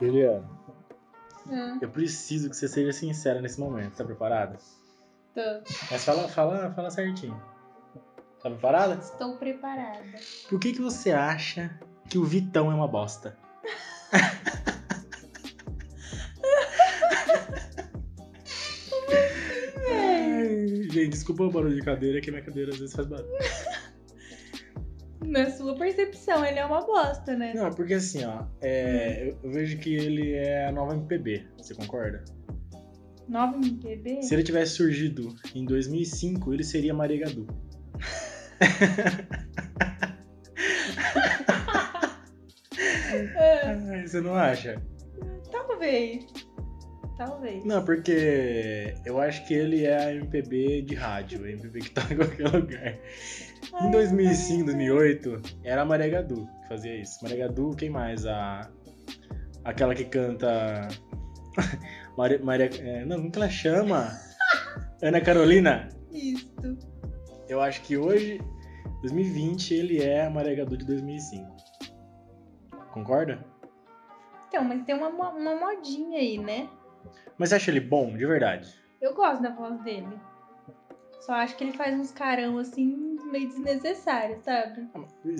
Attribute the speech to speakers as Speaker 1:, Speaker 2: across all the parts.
Speaker 1: Juliana,
Speaker 2: Hum,
Speaker 1: eu preciso que você seja sincera nesse momento. Tá preparada?
Speaker 2: tô.
Speaker 1: Mas fala, fala, fala certinho. Tá preparada?
Speaker 2: Estou preparada.
Speaker 1: Por que, que você acha que o Vitão é uma bosta? Ai, Gente, desculpa o barulho de cadeira, que minha cadeira às vezes faz barulho.
Speaker 2: Na sua percepção, ele é uma bosta, né?
Speaker 1: Não, é porque assim, ó, é, eu, eu vejo que ele é a nova MPB, você concorda?
Speaker 2: 9 MPB?
Speaker 1: Se ele tivesse surgido em 2005, ele seria Maria Gadu.
Speaker 2: Ah,
Speaker 1: Ai, Você não acha?
Speaker 2: talvez. Talvez.
Speaker 1: Não, porque eu acho que ele é a MPB de rádio, a MPB que tá em qualquer lugar. Em 2005, 2008, era a Maré Gadu que fazia isso. Maré Gadu, quem mais? A... Aquela que canta... Maria... Maria... é, Não, como que ela chama? Ana Carolina.
Speaker 2: Isto.
Speaker 1: Eu acho que hoje, 2020, ele é a Maré Gadu de 2005. Concorda?
Speaker 2: Então, mas tem uma, mo- uma modinha aí, né?
Speaker 1: Mas você acha ele bom, de verdade?
Speaker 2: Eu gosto da voz dele. Só acho que ele faz uns carão assim, meio desnecessário, sabe?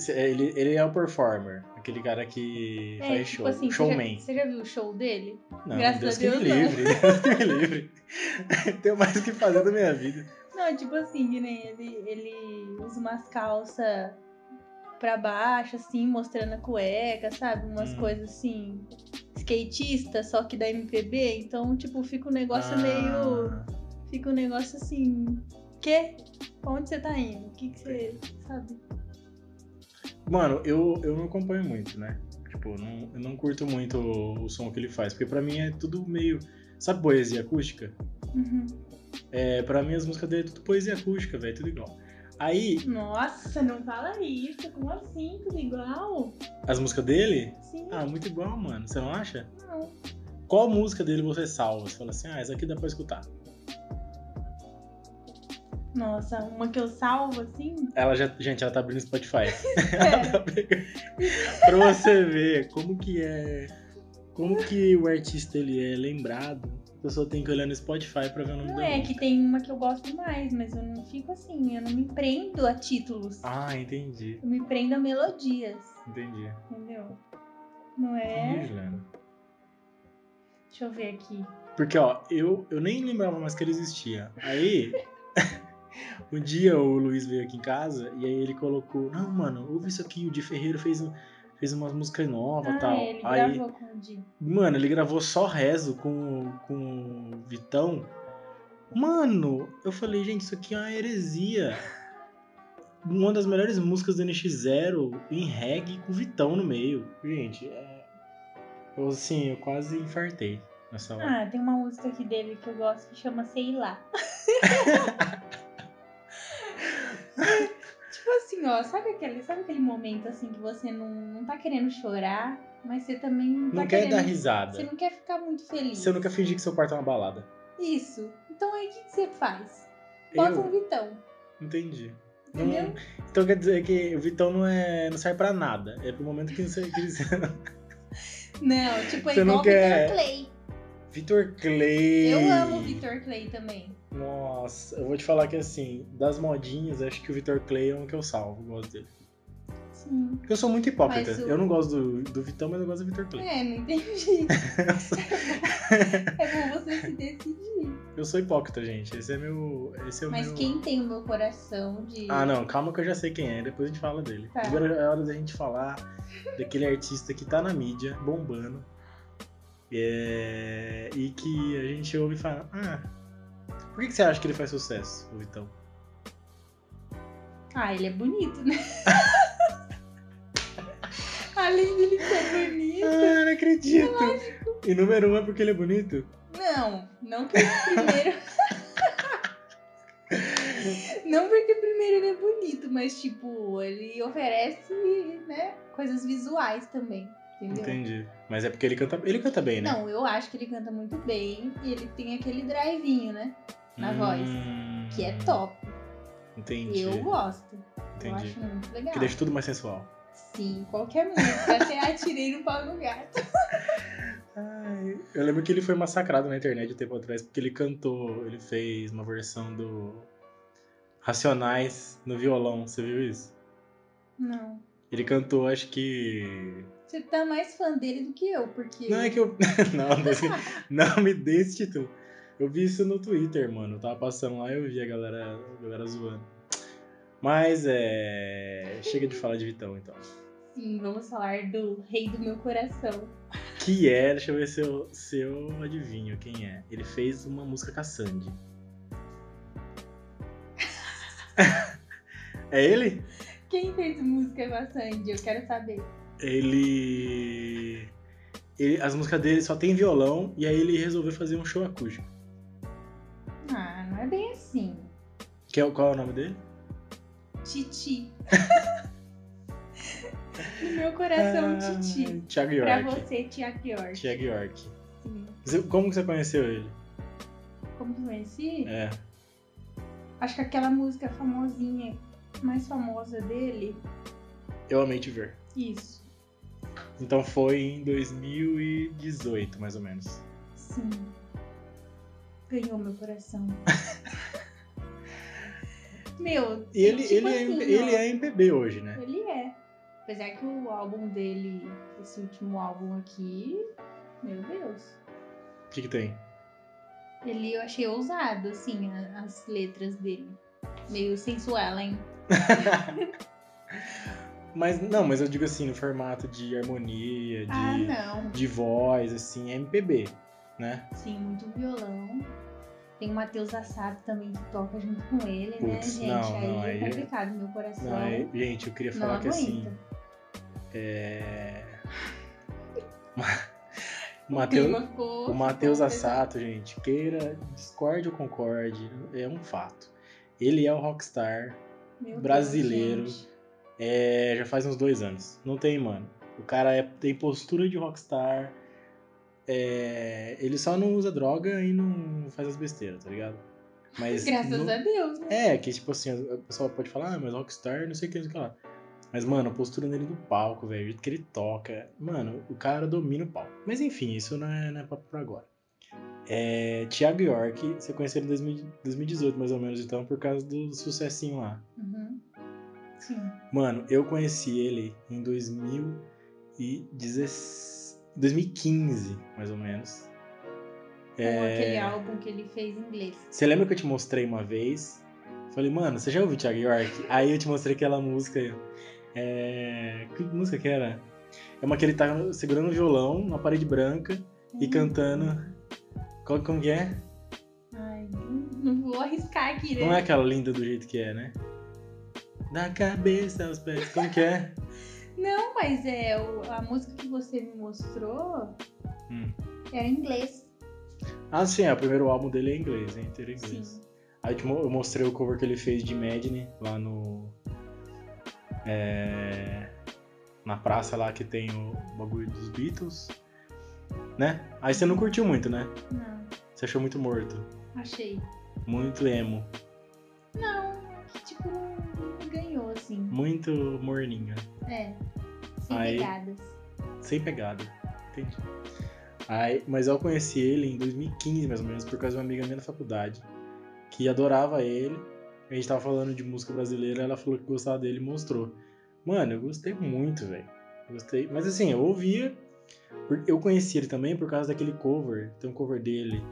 Speaker 1: Ele, ele é o performer. Aquele cara que
Speaker 2: é,
Speaker 1: faz
Speaker 2: tipo
Speaker 1: show.
Speaker 2: assim, você já-
Speaker 1: Showman.
Speaker 2: Você já, viu o show dele?
Speaker 1: Não,
Speaker 2: graças
Speaker 1: Deus
Speaker 2: a
Speaker 1: que me
Speaker 2: Deus, não.
Speaker 1: livre. Deus que me livre. Tenho mais o que fazer da minha vida.
Speaker 2: Não, tipo assim, que nem ele, ele usa umas calças pra baixo, assim, mostrando a cueca, sabe? Umas
Speaker 1: Hum.
Speaker 2: coisas assim, skatista, só que da MPB. Então, tipo, fica um negócio meio.
Speaker 1: Ah,
Speaker 2: Fica um negócio assim. Quê? Pra onde você tá indo? O que, que você. Sabe?
Speaker 1: Mano, eu, eu não acompanho muito, né? Tipo, não, eu não curto muito o, o som que ele faz, porque pra mim é tudo meio. Sabe poesia acústica?
Speaker 2: Uhum.
Speaker 1: É, pra mim as músicas dele é tudo poesia acústica, velho, tudo igual. Aí,
Speaker 2: Nossa, não fala isso. Como assim? Tudo igual?
Speaker 1: as músicas dele?
Speaker 2: Sim.
Speaker 1: Ah, muito igual, mano. Você não acha?
Speaker 2: Não.
Speaker 1: Qual música dele você salva? Você fala assim, ah, essa aqui dá pra escutar.
Speaker 2: Nossa, uma que eu salvo assim?
Speaker 1: Ela já. Gente, ela tá abrindo Spotify.
Speaker 2: É.
Speaker 1: Tá pegando. pra você ver como que é. Como que o artista ele é lembrado. A pessoa tem que olhar no Spotify pra ver o nome
Speaker 2: Não
Speaker 1: da
Speaker 2: é
Speaker 1: música.
Speaker 2: que tem uma que eu gosto mais, mas eu não fico assim, eu não me prendo a títulos.
Speaker 1: Ah, entendi.
Speaker 2: Eu me prendo a melodias,
Speaker 1: Entendi.
Speaker 2: entendeu? Não
Speaker 1: Entendi,
Speaker 2: é?
Speaker 1: Juliana.
Speaker 2: Deixa eu ver aqui.
Speaker 1: Porque, ó, eu, eu nem lembrava mais que ele existia. Aí. Um dia o Luiz veio aqui em casa e aí ele colocou, não, mano, ouve isso aqui, o Di Ferreiro fez, um- fez umas músicas novas e
Speaker 2: Ah,
Speaker 1: tal.
Speaker 2: é, ele
Speaker 1: aí,
Speaker 2: gravou com o Di.
Speaker 1: Mano, ele gravou só rezo com, com o Vitão. Mano, eu falei, gente, isso aqui é uma heresia. Uma das melhores músicas do NX0 em reggae com o Vitão no meio. Gente, é... eu assim, eu quase infartei nessa hora.
Speaker 2: Ah, tem uma música aqui dele que eu gosto que chama Sei Lá. tipo assim, ó, sabe aquele, sabe aquele momento assim que você não, não tá querendo chorar, mas você também não,
Speaker 1: não
Speaker 2: tá
Speaker 1: quer
Speaker 2: querendo.
Speaker 1: dar risada.
Speaker 2: Você não quer ficar muito feliz.
Speaker 1: Você nunca fingir que seu quarto é uma balada.
Speaker 2: Isso. Então aí o que que você faz? Bota um
Speaker 1: Eu
Speaker 2: Vitão,
Speaker 1: entendi. Não-
Speaker 2: entendeu?
Speaker 1: Então quer dizer que o Vitão não, é... não serve pra nada. É pro momento que você. Que você...
Speaker 2: Não, tipo, é
Speaker 1: Você não
Speaker 2: igual o
Speaker 1: quer-
Speaker 2: Vitor Clay.
Speaker 1: Vitor Clay.
Speaker 2: Eu amo o Vitor Clay também.
Speaker 1: Nossa, eu vou te falar que assim, das modinhas, acho que o Vitor Clay é um que eu salvo, eu gosto dele.
Speaker 2: Sim.
Speaker 1: Porque eu sou muito hipócrita.
Speaker 2: Mas o-
Speaker 1: Eu não gosto do, do Vitão, mas eu gosto do Vitor Clay.
Speaker 2: É, não entendi. é bom você se decidir.
Speaker 1: Eu sou hipócrita, gente. Esse é meu. Esse é o
Speaker 2: Mas
Speaker 1: meu...
Speaker 2: quem tem o meu coração de.
Speaker 1: Ah, não, calma que eu já sei quem é, depois a gente fala dele.
Speaker 2: Tá.
Speaker 1: Agora é hora da gente falar daquele artista que tá na mídia, bombando. é, E que a gente ouve falar. Ah, por que, que você acha que ele faz sucesso, o Vitão?
Speaker 2: Ah, ele é bonito, né? Além dele ser bonito.
Speaker 1: Ah, não acredito! E número um é porque ele é bonito?
Speaker 2: Não, não porque primeiro. não porque primeiro ele é bonito, mas tipo, ele oferece, né, coisas visuais também. Entendeu?
Speaker 1: Entendi. Mas é porque ele canta, ele canta bem, né?
Speaker 2: Não, eu acho que ele canta muito bem e ele tem aquele drivinho, né? na voz, Que é top.
Speaker 1: Entendi.
Speaker 2: Eu gosto. Eu
Speaker 1: Hum, Entendi.
Speaker 2: acho muito legal.
Speaker 1: Que deixa tudo mais sensual.
Speaker 2: Sim, qualquer música. Até atirei no pau do gato.
Speaker 1: Ai, eu lembro que ele foi massacrado na internet um tempo atrás, porque ele cantou, ele fez uma versão do Racionais no violão, você viu isso?
Speaker 2: Não.
Speaker 1: Ele cantou, acho que.
Speaker 2: Você tá mais fã dele do que eu, porque.
Speaker 1: Não é que eu. não, desse- não me dê esse título. Eu vi isso no Twitter, mano. Eu tava passando lá e eu vi a galera, a galera zoando. Mas é. Chega de falar de Vitão, então.
Speaker 2: Sim, vamos falar do rei do meu coração.
Speaker 1: Que é, deixa eu ver se eu, se eu adivinho quem é. Ele fez uma música com a Sandy. é ele?
Speaker 2: Quem fez música com a Sandy? Eu quero saber.
Speaker 1: ele... ele- As músicas dele só tem violão e aí ele resolveu fazer um show acústico.
Speaker 2: Ah, não é bem assim.
Speaker 1: Que é, o- qual é o nome dele?
Speaker 2: Titi. no meu coração,
Speaker 1: Ah,
Speaker 2: é um Titi.
Speaker 1: Thiago
Speaker 2: Pra
Speaker 1: York.
Speaker 2: você, Tiago York.
Speaker 1: Thiago York.
Speaker 2: Sim.
Speaker 1: Você- Como que você conheceu ele?
Speaker 2: Como que eu conheci?
Speaker 1: É.
Speaker 2: Acho que aquela música famosinha, mais famosa dele.
Speaker 1: Eu amei te ver.
Speaker 2: Isso.
Speaker 1: Então foi em 2018, mais ou menos.
Speaker 2: Sim. Ganhou meu coração. meu,
Speaker 1: E ele, ele,
Speaker 2: tipo
Speaker 1: é,
Speaker 2: assim,
Speaker 1: ele
Speaker 2: ó,
Speaker 1: é MPB hoje, né?
Speaker 2: Ele é. Apesar que o álbum dele, esse último álbum aqui, meu Deus.
Speaker 1: O que, que tem?
Speaker 2: Ele eu achei ousado, assim, a- as letras dele. Meio sensual, hein?
Speaker 1: Mas não, mas eu digo assim, no formato de harmonia, de,
Speaker 2: Ah, não.
Speaker 1: de voz, assim, é MPB, né?
Speaker 2: Sim, muito violão. Tem o Matheus Assado também que toca junto com ele, né,
Speaker 1: Putz,
Speaker 2: gente?
Speaker 1: não,
Speaker 2: aí
Speaker 1: não,
Speaker 2: é
Speaker 1: aí é-
Speaker 2: complicado, meu coração.
Speaker 1: Não, é- gente, eu queria
Speaker 2: Não
Speaker 1: falar que assim.
Speaker 2: aguenta.
Speaker 1: É. Ma-
Speaker 2: O
Speaker 1: Mateu-
Speaker 2: clima né? ficou-
Speaker 1: O Matheus
Speaker 2: ficou
Speaker 1: Assato, gente, queira, discorde ou concorde, é um fato. Ele é o rockstar,
Speaker 2: pesado. Meu Deus,
Speaker 1: brasileiro.
Speaker 2: gente.
Speaker 1: é, já faz uns dois anos. Não tem, mano. O cara é- tem postura de rockstar. é, ele só não usa droga e não faz as besteiras, tá ligado? Mas
Speaker 2: Graças
Speaker 1: no-
Speaker 2: a Deus, né?
Speaker 1: É, que tipo assim, o pessoal pode falar, ah, mas Rockstar, não sei o que, não sei o que lá. Mas, mano, a postura dele no palco, velho, o jeito que ele toca. Mano, o cara domina o palco. Mas enfim, isso não é, não é papo pra agora. É, Thiago York, você conheceu ele em 2000 2018, mais ou menos, então, por causa do sucessinho lá.
Speaker 2: Uhum. Sim.
Speaker 1: Mano, eu conheci ele em 2016, 2015, mais ou menos. É,
Speaker 2: Com aquele álbum que ele fez em inglês.
Speaker 1: Você lembra que eu te mostrei uma vez? Falei, mano, você já ouviu Thiago York? Aí eu te mostrei aquela música. É... Que música que era? É uma que ele tá segurando o violão na parede branca e
Speaker 2: Hum.
Speaker 1: cantando. Qual, como que é?
Speaker 2: Ai, não vou arriscar aqui, né?
Speaker 1: Não é aquela linda do jeito que é, né? Da cabeça aos pés. Como que é?
Speaker 2: Não, mas é o- a música que você me mostrou
Speaker 1: Hum.
Speaker 2: era em inglês.
Speaker 1: Ah, sim, é, o primeiro álbum dele é em inglês, é inteiro em inglês.
Speaker 2: Sim.
Speaker 1: Aí eu te mo- eu mostrei o cover que ele fez de Madney lá no. é, na praça lá que tem o bagulho dos Beatles. Né? Aí você não curtiu muito, né?
Speaker 2: Não,
Speaker 1: Você achou muito morto.
Speaker 2: achei.
Speaker 1: Muito emo.
Speaker 2: Não, que tipo, não, não me ganhou, assim.
Speaker 1: Muito morninha.
Speaker 2: É. Sem
Speaker 1: Aí-
Speaker 2: pegadas.
Speaker 1: Sem pegada. Entendi. Aí, mas eu conheci ele em 2015, mais ou menos, por causa de uma amiga minha da faculdade. Que adorava ele. A gente tava falando de música brasileira, ela falou que gostava dele e mostrou. Mano, eu gostei muito, velho. Gostei. Mas assim, eu ouvia. por- Eu conheci ele também por causa daquele cover. Tem um cover dele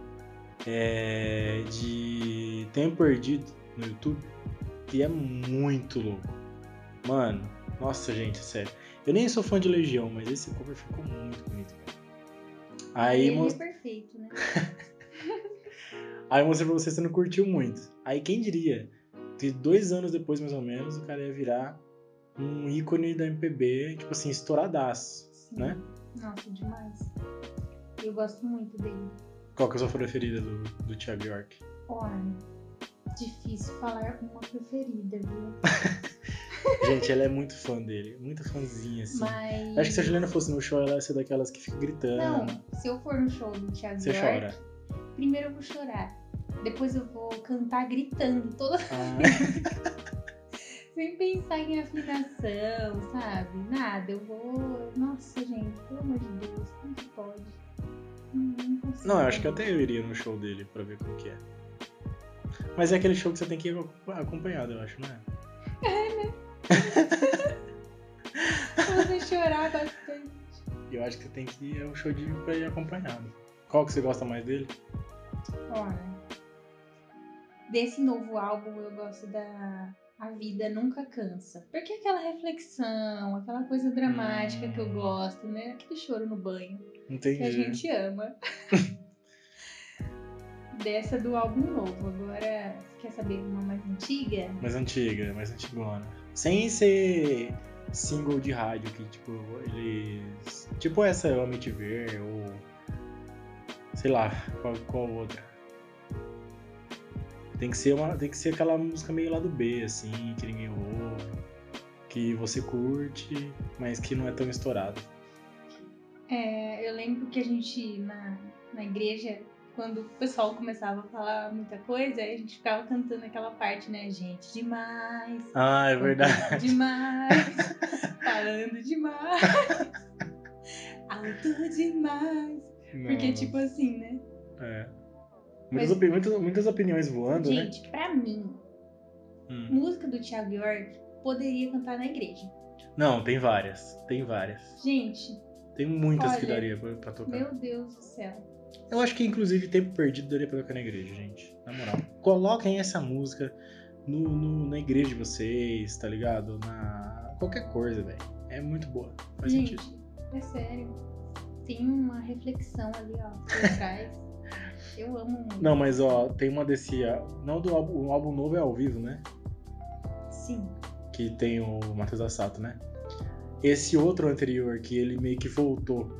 Speaker 1: é, de Tempo Perdido no YouTube. Que é muito louco. Mano, nossa, gente, é sério. Eu nem sou fã de Legião, mas esse cover ficou muito bonito. cara. Aí,
Speaker 2: ele
Speaker 1: mo-
Speaker 2: é perfeito, né?
Speaker 1: Aí eu mostrei pra você, você não curtiu muito. Aí quem diria que dois anos depois, mais ou menos, o cara ia virar um ícone da MPB, tipo assim, estouradaço.
Speaker 2: Sim.
Speaker 1: Né?
Speaker 2: Nossa, demais. Eu gosto muito dele.
Speaker 1: Qual que é a sua preferida do, do Thiago York?
Speaker 2: Olha, difícil falar uma preferida, viu?
Speaker 1: Gente, ela é muito fã dele, muito fãzinha, assim.
Speaker 2: Mas.
Speaker 1: Acho que se a Juliana fosse no show, ela ia ser daquelas que fica gritando.
Speaker 2: Não, se eu for no show do Thiago
Speaker 1: Você
Speaker 2: York,
Speaker 1: chora.
Speaker 2: Primeiro eu vou chorar. Depois eu vou cantar gritando. Toda...
Speaker 1: Ah,
Speaker 2: Sem pensar em afinação, sabe? Nada, eu vou. Nossa, gente, pelo amor de Deus, como que pode? Não, não consigo.
Speaker 1: Não, eu acho que até eu iria no show dele pra ver como que é. Mas é aquele show que você tem que ir acompanhado, eu acho, não é?
Speaker 2: Você chorar bastante.
Speaker 1: Eu acho que você tem que ir ao show de pra ir acompanhado. Qual que você gosta mais dele?
Speaker 2: Olha. Desse novo álbum eu gosto da A Vida Nunca Cansa. Porque aquela reflexão, aquela coisa dramática que eu
Speaker 1: Hum.
Speaker 2: gosto, né? Aquele choro no banho. que a
Speaker 1: Entendi.
Speaker 2: gente ama. Dessa do álbum novo. Agora, você quer saber uma mais antiga?
Speaker 1: Mais antiga, mais antigona. Sem ser single de rádio, que tipo, eles. Tipo essa Eu Amo Te Ver, ou. Sei lá, qual, qual outra. Tem que, ser uma, tem que ser aquela música meio lado B, assim, que ninguém ouve, que você curte, mas que não é tão estourado.
Speaker 2: É, eu lembro que a gente, na, na igreja, quando o pessoal começava a falar muita coisa, a gente ficava cantando aquela parte, né? Gente, demais.
Speaker 1: Ah, é verdade.
Speaker 2: Demais. falando demais. Alto demais. Porque,
Speaker 1: Não,
Speaker 2: tipo assim, né?
Speaker 1: É.
Speaker 2: Mas-
Speaker 1: Muitas, opi- muitas, muitas opiniões voando, né?
Speaker 2: Gente, pra mim,
Speaker 1: Hum.
Speaker 2: música do Thiago York poderia cantar na igreja.
Speaker 1: Não, tem várias. Tem várias.
Speaker 2: Gente,
Speaker 1: Tem muitas que
Speaker 2: Olha,
Speaker 1: daria pra, pra tocar.
Speaker 2: meu Deus do céu.
Speaker 1: Eu acho que, inclusive, tempo perdido daria pra tocar na igreja, gente. Na moral. Coloquem essa música no, no- na igreja de vocês, tá ligado? Na. Qualquer coisa, velho. É muito boa. Faz
Speaker 2: Gente,
Speaker 1: sentido.
Speaker 2: é sério. Tem uma reflexão ali, ó, por trás. Eu amo muito.
Speaker 1: Não, mas ó, tem uma desse. ah, Não do álbum. O álbum novo é ao vivo, né?
Speaker 2: Sim.
Speaker 1: que tem o Matheus Assato, né? Esse outro anterior que ele meio que voltou.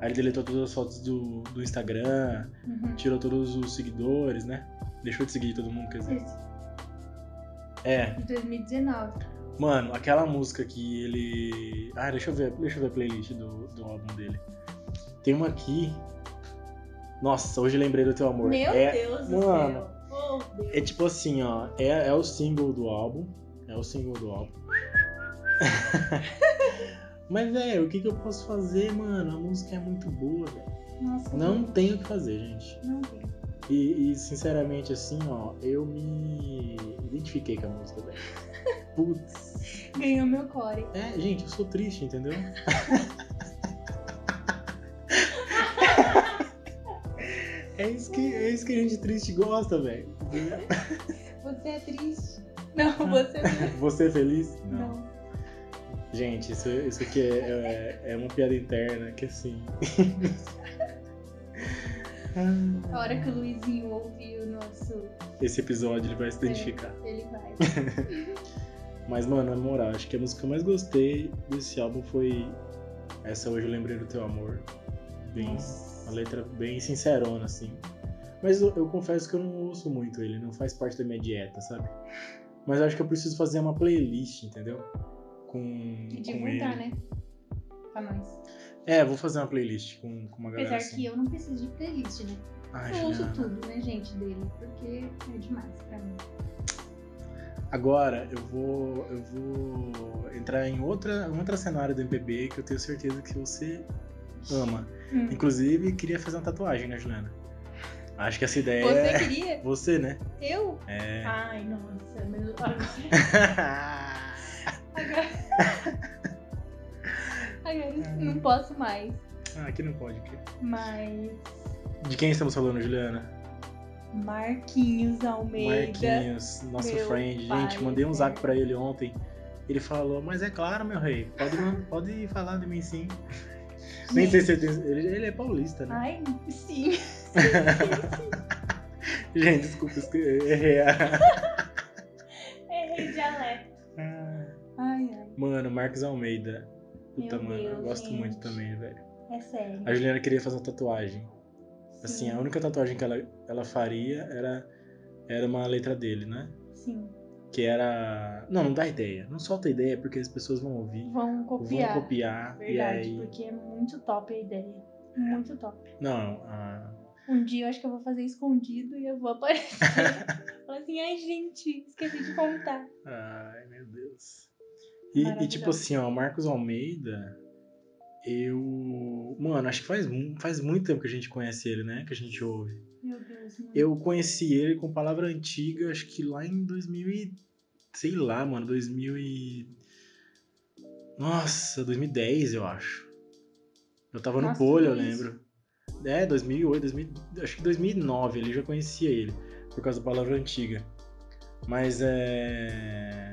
Speaker 1: Aí ele deletou todas as fotos do, do Instagram,
Speaker 2: Uhum.
Speaker 1: tirou todos os seguidores, né? Deixou de seguir todo mundo, quer dizer.
Speaker 2: Esse
Speaker 1: É,
Speaker 2: de 2019.
Speaker 1: mano, aquela música que ele. Ah, deixa eu ver, deixa eu ver a playlist do, do álbum dele. Tem uma aqui. Nossa, hoje lembrei do teu amor.
Speaker 2: Meu
Speaker 1: é,
Speaker 2: Deus do
Speaker 1: mano.
Speaker 2: céu. Oh, Deus.
Speaker 1: É tipo assim, ó, é, é o single do álbum. É o single do álbum. Mas, velho, o que, que eu posso fazer, mano? A música é muito boa, velho.
Speaker 2: Nossa,
Speaker 1: Não tem o que fazer, gente.
Speaker 2: Não tem.
Speaker 1: E, e, sinceramente, assim, ó, eu me identifiquei com a música, velho. Putz.
Speaker 2: Ganhou meu core.
Speaker 1: É, gente, eu sou triste, entendeu? É isso, que, é isso que a gente triste gosta, velho.
Speaker 2: Você é triste.
Speaker 1: Ah.
Speaker 2: Não, você não.
Speaker 1: Você é feliz?
Speaker 2: não.
Speaker 1: Gente, isso, isso aqui é, é, é uma piada interna que assim.
Speaker 2: A hora que o Luizinho ouviu o nosso.
Speaker 1: Esse episódio ele vai se identificar.
Speaker 2: Ele vai.
Speaker 1: Mas, mano, na moral, acho que a música que eu mais gostei desse álbum foi essa Hoje Eu Lembrei do Teu Amor. Bem,
Speaker 2: Nossa.
Speaker 1: uma letra bem sincerona, assim. Mas eu, eu confesso que eu não ouço muito ele, não faz parte da minha dieta, sabe? Mas eu acho que eu preciso fazer uma playlist, entendeu? Com, com
Speaker 2: E
Speaker 1: ele.
Speaker 2: divulgar, né? Pra nós.
Speaker 1: É, vou fazer uma playlist com, com uma galera.
Speaker 2: Apesar
Speaker 1: assim.
Speaker 2: que eu não preciso de playlist, né?
Speaker 1: Ai,
Speaker 2: Eu uso
Speaker 1: Juliana.
Speaker 2: tudo, né, gente, dele, porque é demais pra mim.
Speaker 1: Agora eu vou, eu vou entrar em outra, um outro cenário do MPB que eu tenho certeza que você ama.
Speaker 2: Hum.
Speaker 1: Inclusive, queria fazer uma tatuagem, né, Juliana? Acho que essa ideia
Speaker 2: Você
Speaker 1: é
Speaker 2: queria?
Speaker 1: você, né?
Speaker 2: Eu?
Speaker 1: É.
Speaker 2: Ai, nossa, mas agora,
Speaker 1: Ah,
Speaker 2: agora eu não posso mais.
Speaker 1: ah, aqui não pode. aqui.
Speaker 2: Mas
Speaker 1: De quem estamos falando, Juliana?
Speaker 2: Marquinhos Almeida.
Speaker 1: Marquinhos, nosso
Speaker 2: Meu
Speaker 1: friend.
Speaker 2: pai,
Speaker 1: Gente, mandei um zap
Speaker 2: é.
Speaker 1: pra ele ontem. Ele falou, mas é claro, meu rei, pode, pode falar de mim sim. Nem sei
Speaker 2: Gente,
Speaker 1: se ele, tem- ele, ele é paulista, né?
Speaker 2: Ai, sim. Ah.
Speaker 1: Gente, desculpa, esque- é, errei a-
Speaker 2: Errei É, dialeto. Ai, ai.
Speaker 1: é. Mano, Marcos Almeida. Puta,
Speaker 2: Meu
Speaker 1: mano, eu
Speaker 2: Deus,
Speaker 1: gosto
Speaker 2: gente.
Speaker 1: muito também, velho.
Speaker 2: É sério.
Speaker 1: A Juliana queria fazer uma tatuagem. Assim,
Speaker 2: Sim,
Speaker 1: a única tatuagem que ela, ela faria era, era uma letra dele, né?
Speaker 2: Sim.
Speaker 1: Que era. Não, não dá ideia. Não solta ideia, porque as pessoas vão ouvir,
Speaker 2: Vão copiar.
Speaker 1: vão copiar.
Speaker 2: Verdade,
Speaker 1: e aí.
Speaker 2: porque é muito top a ideia. Muito top.
Speaker 1: Não, ah, a-
Speaker 2: Um dia eu acho que eu vou fazer escondido e eu vou aparecer Fala assim, ai gente, esqueci de contar.
Speaker 1: Ai, meu Deus. E- E, tipo assim, ó, Marcos Almeida, eu. Mano, acho que faz, mu- faz muito tempo que a gente conhece ele, né? Que a gente ouve.
Speaker 2: Meu Deus, mano.
Speaker 1: Eu conheci ele com palavra antiga, acho que lá em 2000 e... Sei lá, mano, 2000 e... Nossa, 2010, eu acho. Eu tava no
Speaker 2: Nossa,
Speaker 1: Polho, eu
Speaker 2: tudo isso.
Speaker 1: lembro. É, 2008, 2000... acho que 2009 ele já conhecia ele, por causa da palavra antiga. Mas é...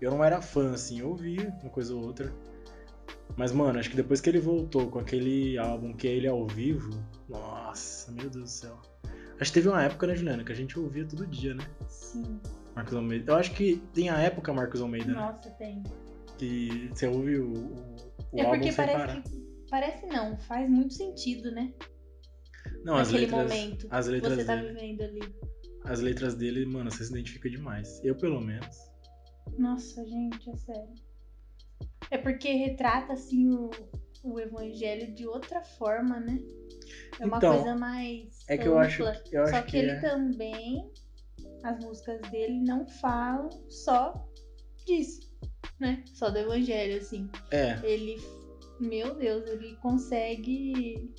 Speaker 1: Eu não era fã, assim, eu ouvia uma coisa ou outra. Mas, mano, acho que depois que ele voltou com aquele álbum que é ele ao vivo, nossa, meu Deus do céu. Acho que teve uma época, né, Juliana, que a gente ouvia todo dia, né?
Speaker 2: Sim.
Speaker 1: Marcos Almeida. Eu acho que tem a época Marcos Almeida, né?
Speaker 2: Nossa, tem.
Speaker 1: Que você ouve o, o, o
Speaker 2: é
Speaker 1: álbum
Speaker 2: porque
Speaker 1: sem
Speaker 2: parece
Speaker 1: parar.
Speaker 2: que. Parece não, faz muito sentido, né?
Speaker 1: Não, as
Speaker 2: naquele
Speaker 1: letras,
Speaker 2: momento,
Speaker 1: as letras
Speaker 2: Você tá
Speaker 1: dele.
Speaker 2: vivendo ali.
Speaker 1: As letras dele, mano, você se identifica demais. Eu, pelo menos.
Speaker 2: Nossa, gente, é sério. É porque retrata, assim, o, o evangelho de outra forma, né? É uma
Speaker 1: Então,
Speaker 2: coisa mais.
Speaker 1: É que eu acho,
Speaker 2: ampla.
Speaker 1: eu acho
Speaker 2: Só
Speaker 1: que,
Speaker 2: que, ele
Speaker 1: é-
Speaker 2: também, as músicas dele não falam só disso, né? Só do evangelho, assim.
Speaker 1: é.
Speaker 2: Ele, meu Deus, ele consegue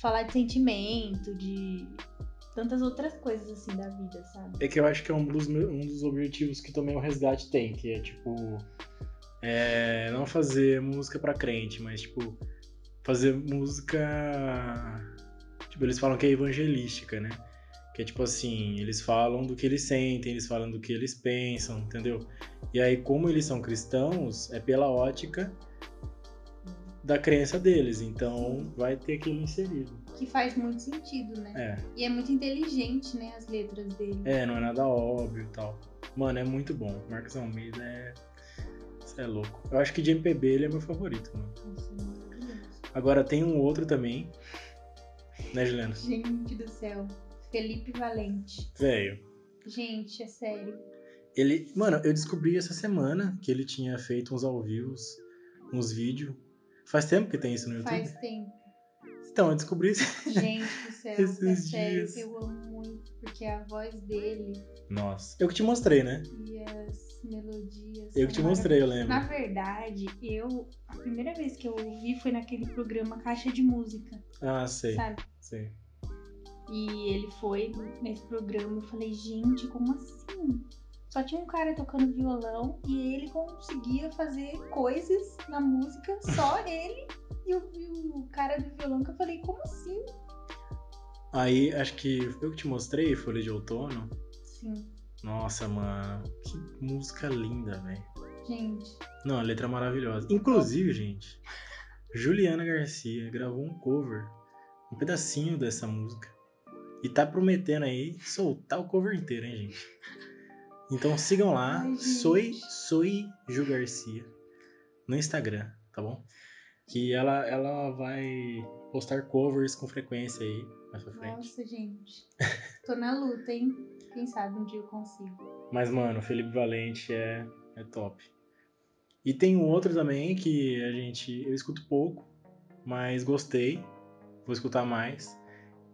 Speaker 2: falar de sentimento, de tantas outras coisas, assim, da vida, sabe?
Speaker 1: É que eu acho que é um dos, meus- um dos objetivos que também o Resgate tem, que é tipo. é, não fazer música pra crente, mas tipo. Fazer música. Tipo, eles falam que é evangelística, né? Que é tipo assim, eles falam do que eles sentem, eles falam do que eles pensam, entendeu? E aí, como eles são cristãos, é pela ótica da crença deles, então vai ter aquilo inserido.
Speaker 2: Que faz muito sentido, né?
Speaker 1: É.
Speaker 2: E é muito inteligente, né, as letras dele.
Speaker 1: É, não é nada óbvio e tal. Mano, é muito bom. Marcos Almeida é. Cê é louco. Eu acho que de MPB ele é meu favorito, mano.
Speaker 2: Nossa, é maravilhoso.
Speaker 1: Agora tem um outro também. Né, Juliana?
Speaker 2: Gente do céu. Felipe Valente.
Speaker 1: Velho.
Speaker 2: Gente, é sério.
Speaker 1: Ele. Mano, eu descobri essa semana que ele tinha feito uns ao vivos, uns vídeos. Faz tempo que tem isso no YouTube.
Speaker 2: Faz tempo.
Speaker 1: Então, eu descobri isso.
Speaker 2: Gente do céu.
Speaker 1: Esses
Speaker 2: é sério,
Speaker 1: dias.
Speaker 2: eu amo muito. Porque é a voz dele
Speaker 1: Nossa. Eu que te mostrei, né?
Speaker 2: e as melodias.
Speaker 1: Eu que te
Speaker 2: são
Speaker 1: mostrei, eu
Speaker 2: Na
Speaker 1: lembro.
Speaker 2: verdade, eu. A primeira vez que eu ouvi foi naquele programa Caixa de Música,
Speaker 1: Ah, sei.
Speaker 2: sabe?
Speaker 1: Sei.
Speaker 2: E ele foi nesse programa. Eu falei, gente, como assim? Só tinha um cara tocando violão e ele conseguia fazer coisas na música, só ele e o, e o cara do violão. Que eu falei, como assim?
Speaker 1: Aí, acho que eu que te mostrei, Folha de Outono.
Speaker 2: Sim,
Speaker 1: Nossa, mano. Que música linda, velho.
Speaker 2: gente.
Speaker 1: Não, a letra é maravilhosa. Inclusive, gente, Juliana Garcia gravou um cover, um pedacinho dessa música. E tá prometendo aí soltar o cover inteiro, hein, gente? Então sigam lá,
Speaker 2: Ai, gente.
Speaker 1: Soy, Soy Ju Garcia, no Instagram, tá bom? Que ela, ela vai postar covers com frequência aí, mais pra frente.
Speaker 2: Nossa, gente. Tô na luta, hein? Quem sabe um dia eu consigo.
Speaker 1: Mas, mano, Felipe Valente é, é top. E tem um outro também que a gente. Eu escuto pouco, mas gostei. Vou escutar mais.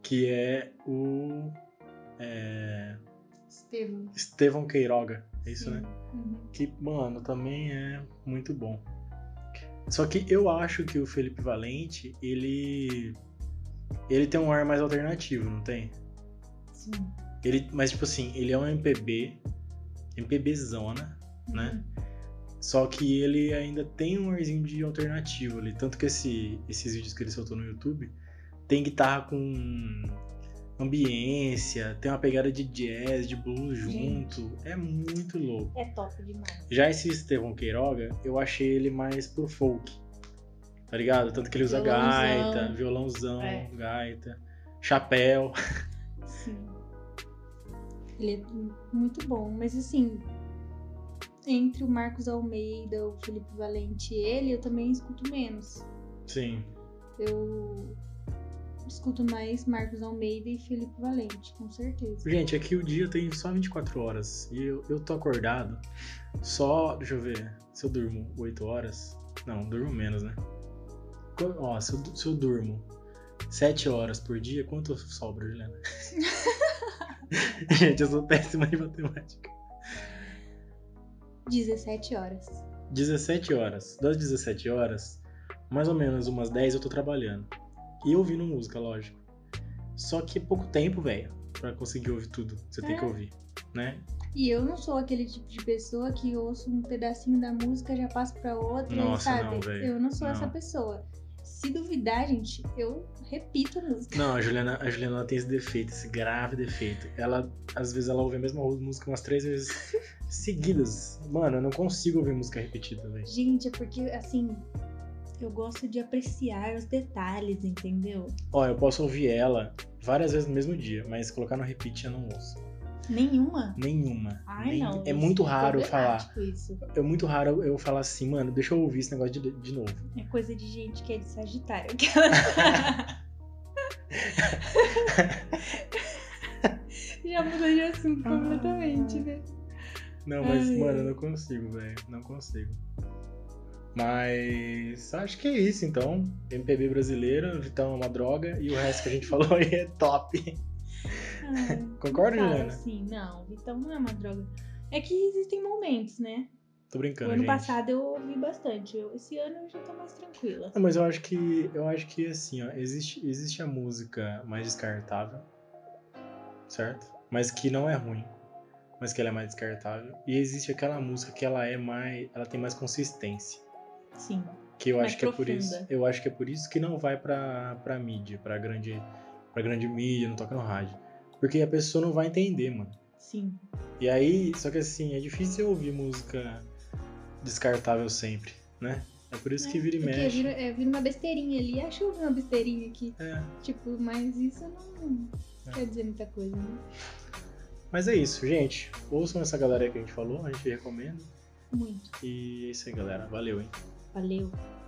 Speaker 1: Que é o
Speaker 2: Estevam.
Speaker 1: Estevão Queiroga. É isso,
Speaker 2: sim.
Speaker 1: né?
Speaker 2: Uhum.
Speaker 1: Que, mano, também é muito bom. Só que eu acho que o Felipe Valente, ele. Ele tem um ar mais alternativo, não tem?
Speaker 2: Sim.
Speaker 1: Ele, mas, tipo assim, ele é um MPB. MPB zona. Né?
Speaker 2: Uhum.
Speaker 1: Só que ele ainda tem um arzinho de alternativo ali. Tanto que esse- esses vídeos que ele soltou no YouTube tem guitarra com ambiência, tem uma pegada de jazz, de blues
Speaker 2: Gente.
Speaker 1: junto. É muito louco.
Speaker 2: É top demais.
Speaker 1: Já esse Estevão Queiroga, eu achei ele mais pro folk. Tá ligado? Tanto que ele usa
Speaker 2: Violãozão.
Speaker 1: gaita, violãozão,
Speaker 2: É.
Speaker 1: gaita, chapéu.
Speaker 2: Sim. Ele é muito bom, mas assim, entre o Marcos Almeida, o Felipe Valente e ele, eu também escuto menos.
Speaker 1: Sim.
Speaker 2: Eu escuto mais Marcos Almeida e Felipe Valente, com certeza.
Speaker 1: Gente, aqui o dia tem só 24 horas e eu, eu tô acordado só. Deixa eu ver. Se eu durmo 8 horas. Não, durmo menos, né? Qu- Ó, se eu, du- se eu durmo 7 horas por dia, quanto sobra, Juliana? Gente, eu sou péssima em matemática.
Speaker 2: 17 horas.
Speaker 1: 17 horas. Das 17 horas, mais ou menos umas 10 eu tô trabalhando. E ouvindo música, lógico. Só que é pouco tempo, velho, pra conseguir ouvir tudo. que Você tem que
Speaker 2: É.
Speaker 1: ouvir, né?
Speaker 2: E eu não sou aquele tipo de pessoa que ouço um pedacinho da música, já passo pra outra,
Speaker 1: Nossa,
Speaker 2: sabe?
Speaker 1: não, velho.
Speaker 2: eu não sou
Speaker 1: Não.
Speaker 2: essa pessoa. Se duvidar, gente, eu repito a música.
Speaker 1: Não, a Juliana, a Juliana ela tem esse defeito, esse grave defeito. Ela, às vezes, ela ouve a mesma música umas três vezes seguidas. Mano, eu não consigo ouvir música repetida, velho.
Speaker 2: Gente, é porque, assim, eu gosto de apreciar os detalhes, entendeu?
Speaker 1: Ó, eu posso ouvir ela várias vezes no mesmo dia, mas colocar no repeat eu não ouço.
Speaker 2: Nenhuma.
Speaker 1: Nenhuma.
Speaker 2: Ai,
Speaker 1: Nem-
Speaker 2: não.
Speaker 1: É muito
Speaker 2: isso
Speaker 1: raro eu falar.
Speaker 2: problemático Isso.
Speaker 1: É muito raro eu falar assim, mano, deixa eu ouvir esse negócio de, de novo.
Speaker 2: É coisa de gente que é de Sagitário. Já mudou de assunto
Speaker 1: Ah.
Speaker 2: completamente, né?
Speaker 1: Não, mas,
Speaker 2: Ai.
Speaker 1: mano, eu não consigo, velho. Não consigo. Mas acho que é isso, então. MPB brasileira, Vitão é uma droga e o resto que a gente falou aí é top.
Speaker 2: Ah,
Speaker 1: Concorda,
Speaker 2: fala
Speaker 1: Juliana?
Speaker 2: assim, não, Vitão não é uma droga. É que existem momentos, né?
Speaker 1: Tô
Speaker 2: O
Speaker 1: brincando,
Speaker 2: ano
Speaker 1: gente.
Speaker 2: passado eu ouvi bastante. eu- esse ano eu já tô mais tranquila.
Speaker 1: Não, mas eu acho que eu acho que assim, ó, existe, existe a música mais descartável, certo? Mas que não é ruim, mas que ela é mais descartável. E existe aquela música que ela é mais, ela tem mais consistência,
Speaker 2: Sim.
Speaker 1: que eu
Speaker 2: Mais
Speaker 1: acho que é por isso,
Speaker 2: profunda.
Speaker 1: eu acho que é por isso que não vai pra, pra mídia, pra grande para grande mídia, não toca no rádio, porque a pessoa não vai entender, mano.
Speaker 2: Sim.
Speaker 1: E aí, só que assim, é difícil eu ouvir música descartável sempre, né? É por isso que
Speaker 2: É,
Speaker 1: vira e
Speaker 2: porque
Speaker 1: mexe.
Speaker 2: Vira, é, vira uma besteirinha ali. Acho que eu ouvi uma besteirinha aqui.
Speaker 1: É.
Speaker 2: Tipo, mas isso não
Speaker 1: É.
Speaker 2: quer dizer muita coisa, né?
Speaker 1: Mas é isso, gente. Ouçam essa galera que a gente falou, a gente recomenda.
Speaker 2: Muito.
Speaker 1: E é isso aí, galera. Valeu, hein?
Speaker 2: Valeu.